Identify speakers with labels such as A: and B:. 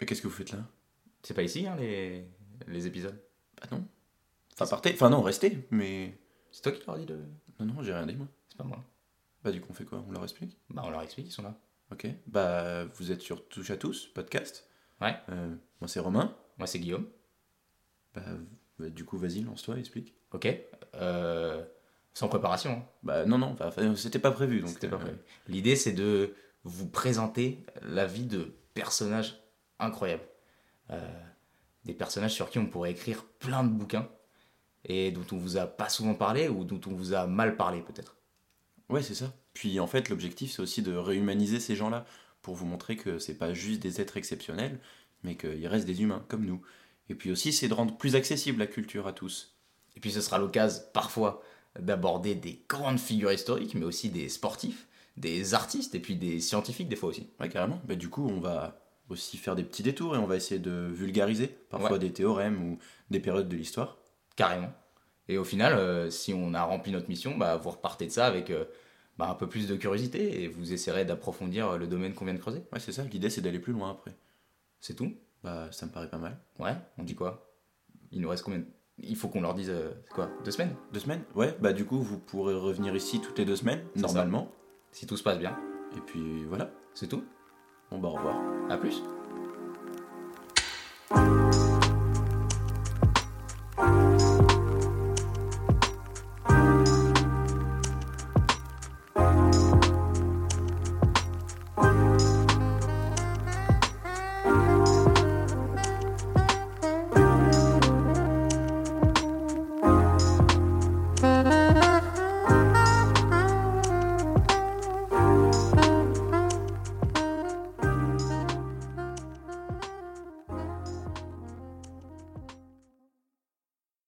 A: Mais qu'est-ce que vous faites là
B: C'est pas ici, hein, les, les épisodes.
A: Bah non. Enfin, partez. Enfin, non, restez, mais.
B: C'est toi qui leur dis de.
A: Non, non, j'ai rien dit, moi.
B: C'est pas moi.
A: Bah, du coup, on fait quoi On leur explique
B: Bah, on leur explique, ils sont là.
A: Ok. Bah, vous êtes sur Touche à tous, podcast.
B: Ouais.
A: Euh, moi, c'est Romain.
B: Moi, c'est Guillaume.
A: Bah, bah, du coup, vas-y, lance-toi, explique.
B: Ok. Euh, sans préparation. hein.
A: Bah, non, non, enfin, enfin, c'était pas prévu, donc.
B: C'était pas
A: euh,
B: prévu. L'idée, c'est de vous présenter la vie de personnages incroyables. Euh, des personnages sur qui on pourrait écrire plein de bouquins et dont on vous a pas souvent parlé ou dont on vous a mal parlé, peut-être.
A: Ouais, c'est ça. Puis en fait, l'objectif, c'est aussi de réhumaniser ces gens-là, pour vous montrer que c'est pas juste des êtres exceptionnels, mais qu'ils restent des humains, comme nous. Et puis aussi, c'est de rendre plus accessible la culture à tous.
B: Et puis ce sera l'occasion parfois d'aborder des grandes figures historiques, mais aussi des sportifs, des artistes et puis des scientifiques des fois aussi.
A: Ouais, carrément. Bah, du coup, on va aussi faire des petits détours et on va essayer de vulgariser parfois
B: Ouais.
A: des théorèmes ou des périodes de l'histoire.
B: Carrément. Et au final, euh, si on a rempli notre mission, bah, vous repartez de ça avec euh, bah, un peu plus de curiosité et vous essaierez d'approfondir euh, le domaine qu'on vient de creuser.
A: Ouais, c'est ça. L'idée, c'est d'aller plus loin après.
B: C'est tout
A: Bah, ça me paraît pas mal.
B: Ouais, on dit quoi Il nous reste combien de- Il faut qu'on leur dise euh, quoi Deux semaines
A: Deux semaines Ouais, bah, du coup, vous pourrez revenir ici toutes les deux semaines,
B: ça.
A: normalement.
B: Si tout se passe bien.
A: Et puis voilà.
B: C'est tout
A: Bon, bah, au revoir.
B: À plus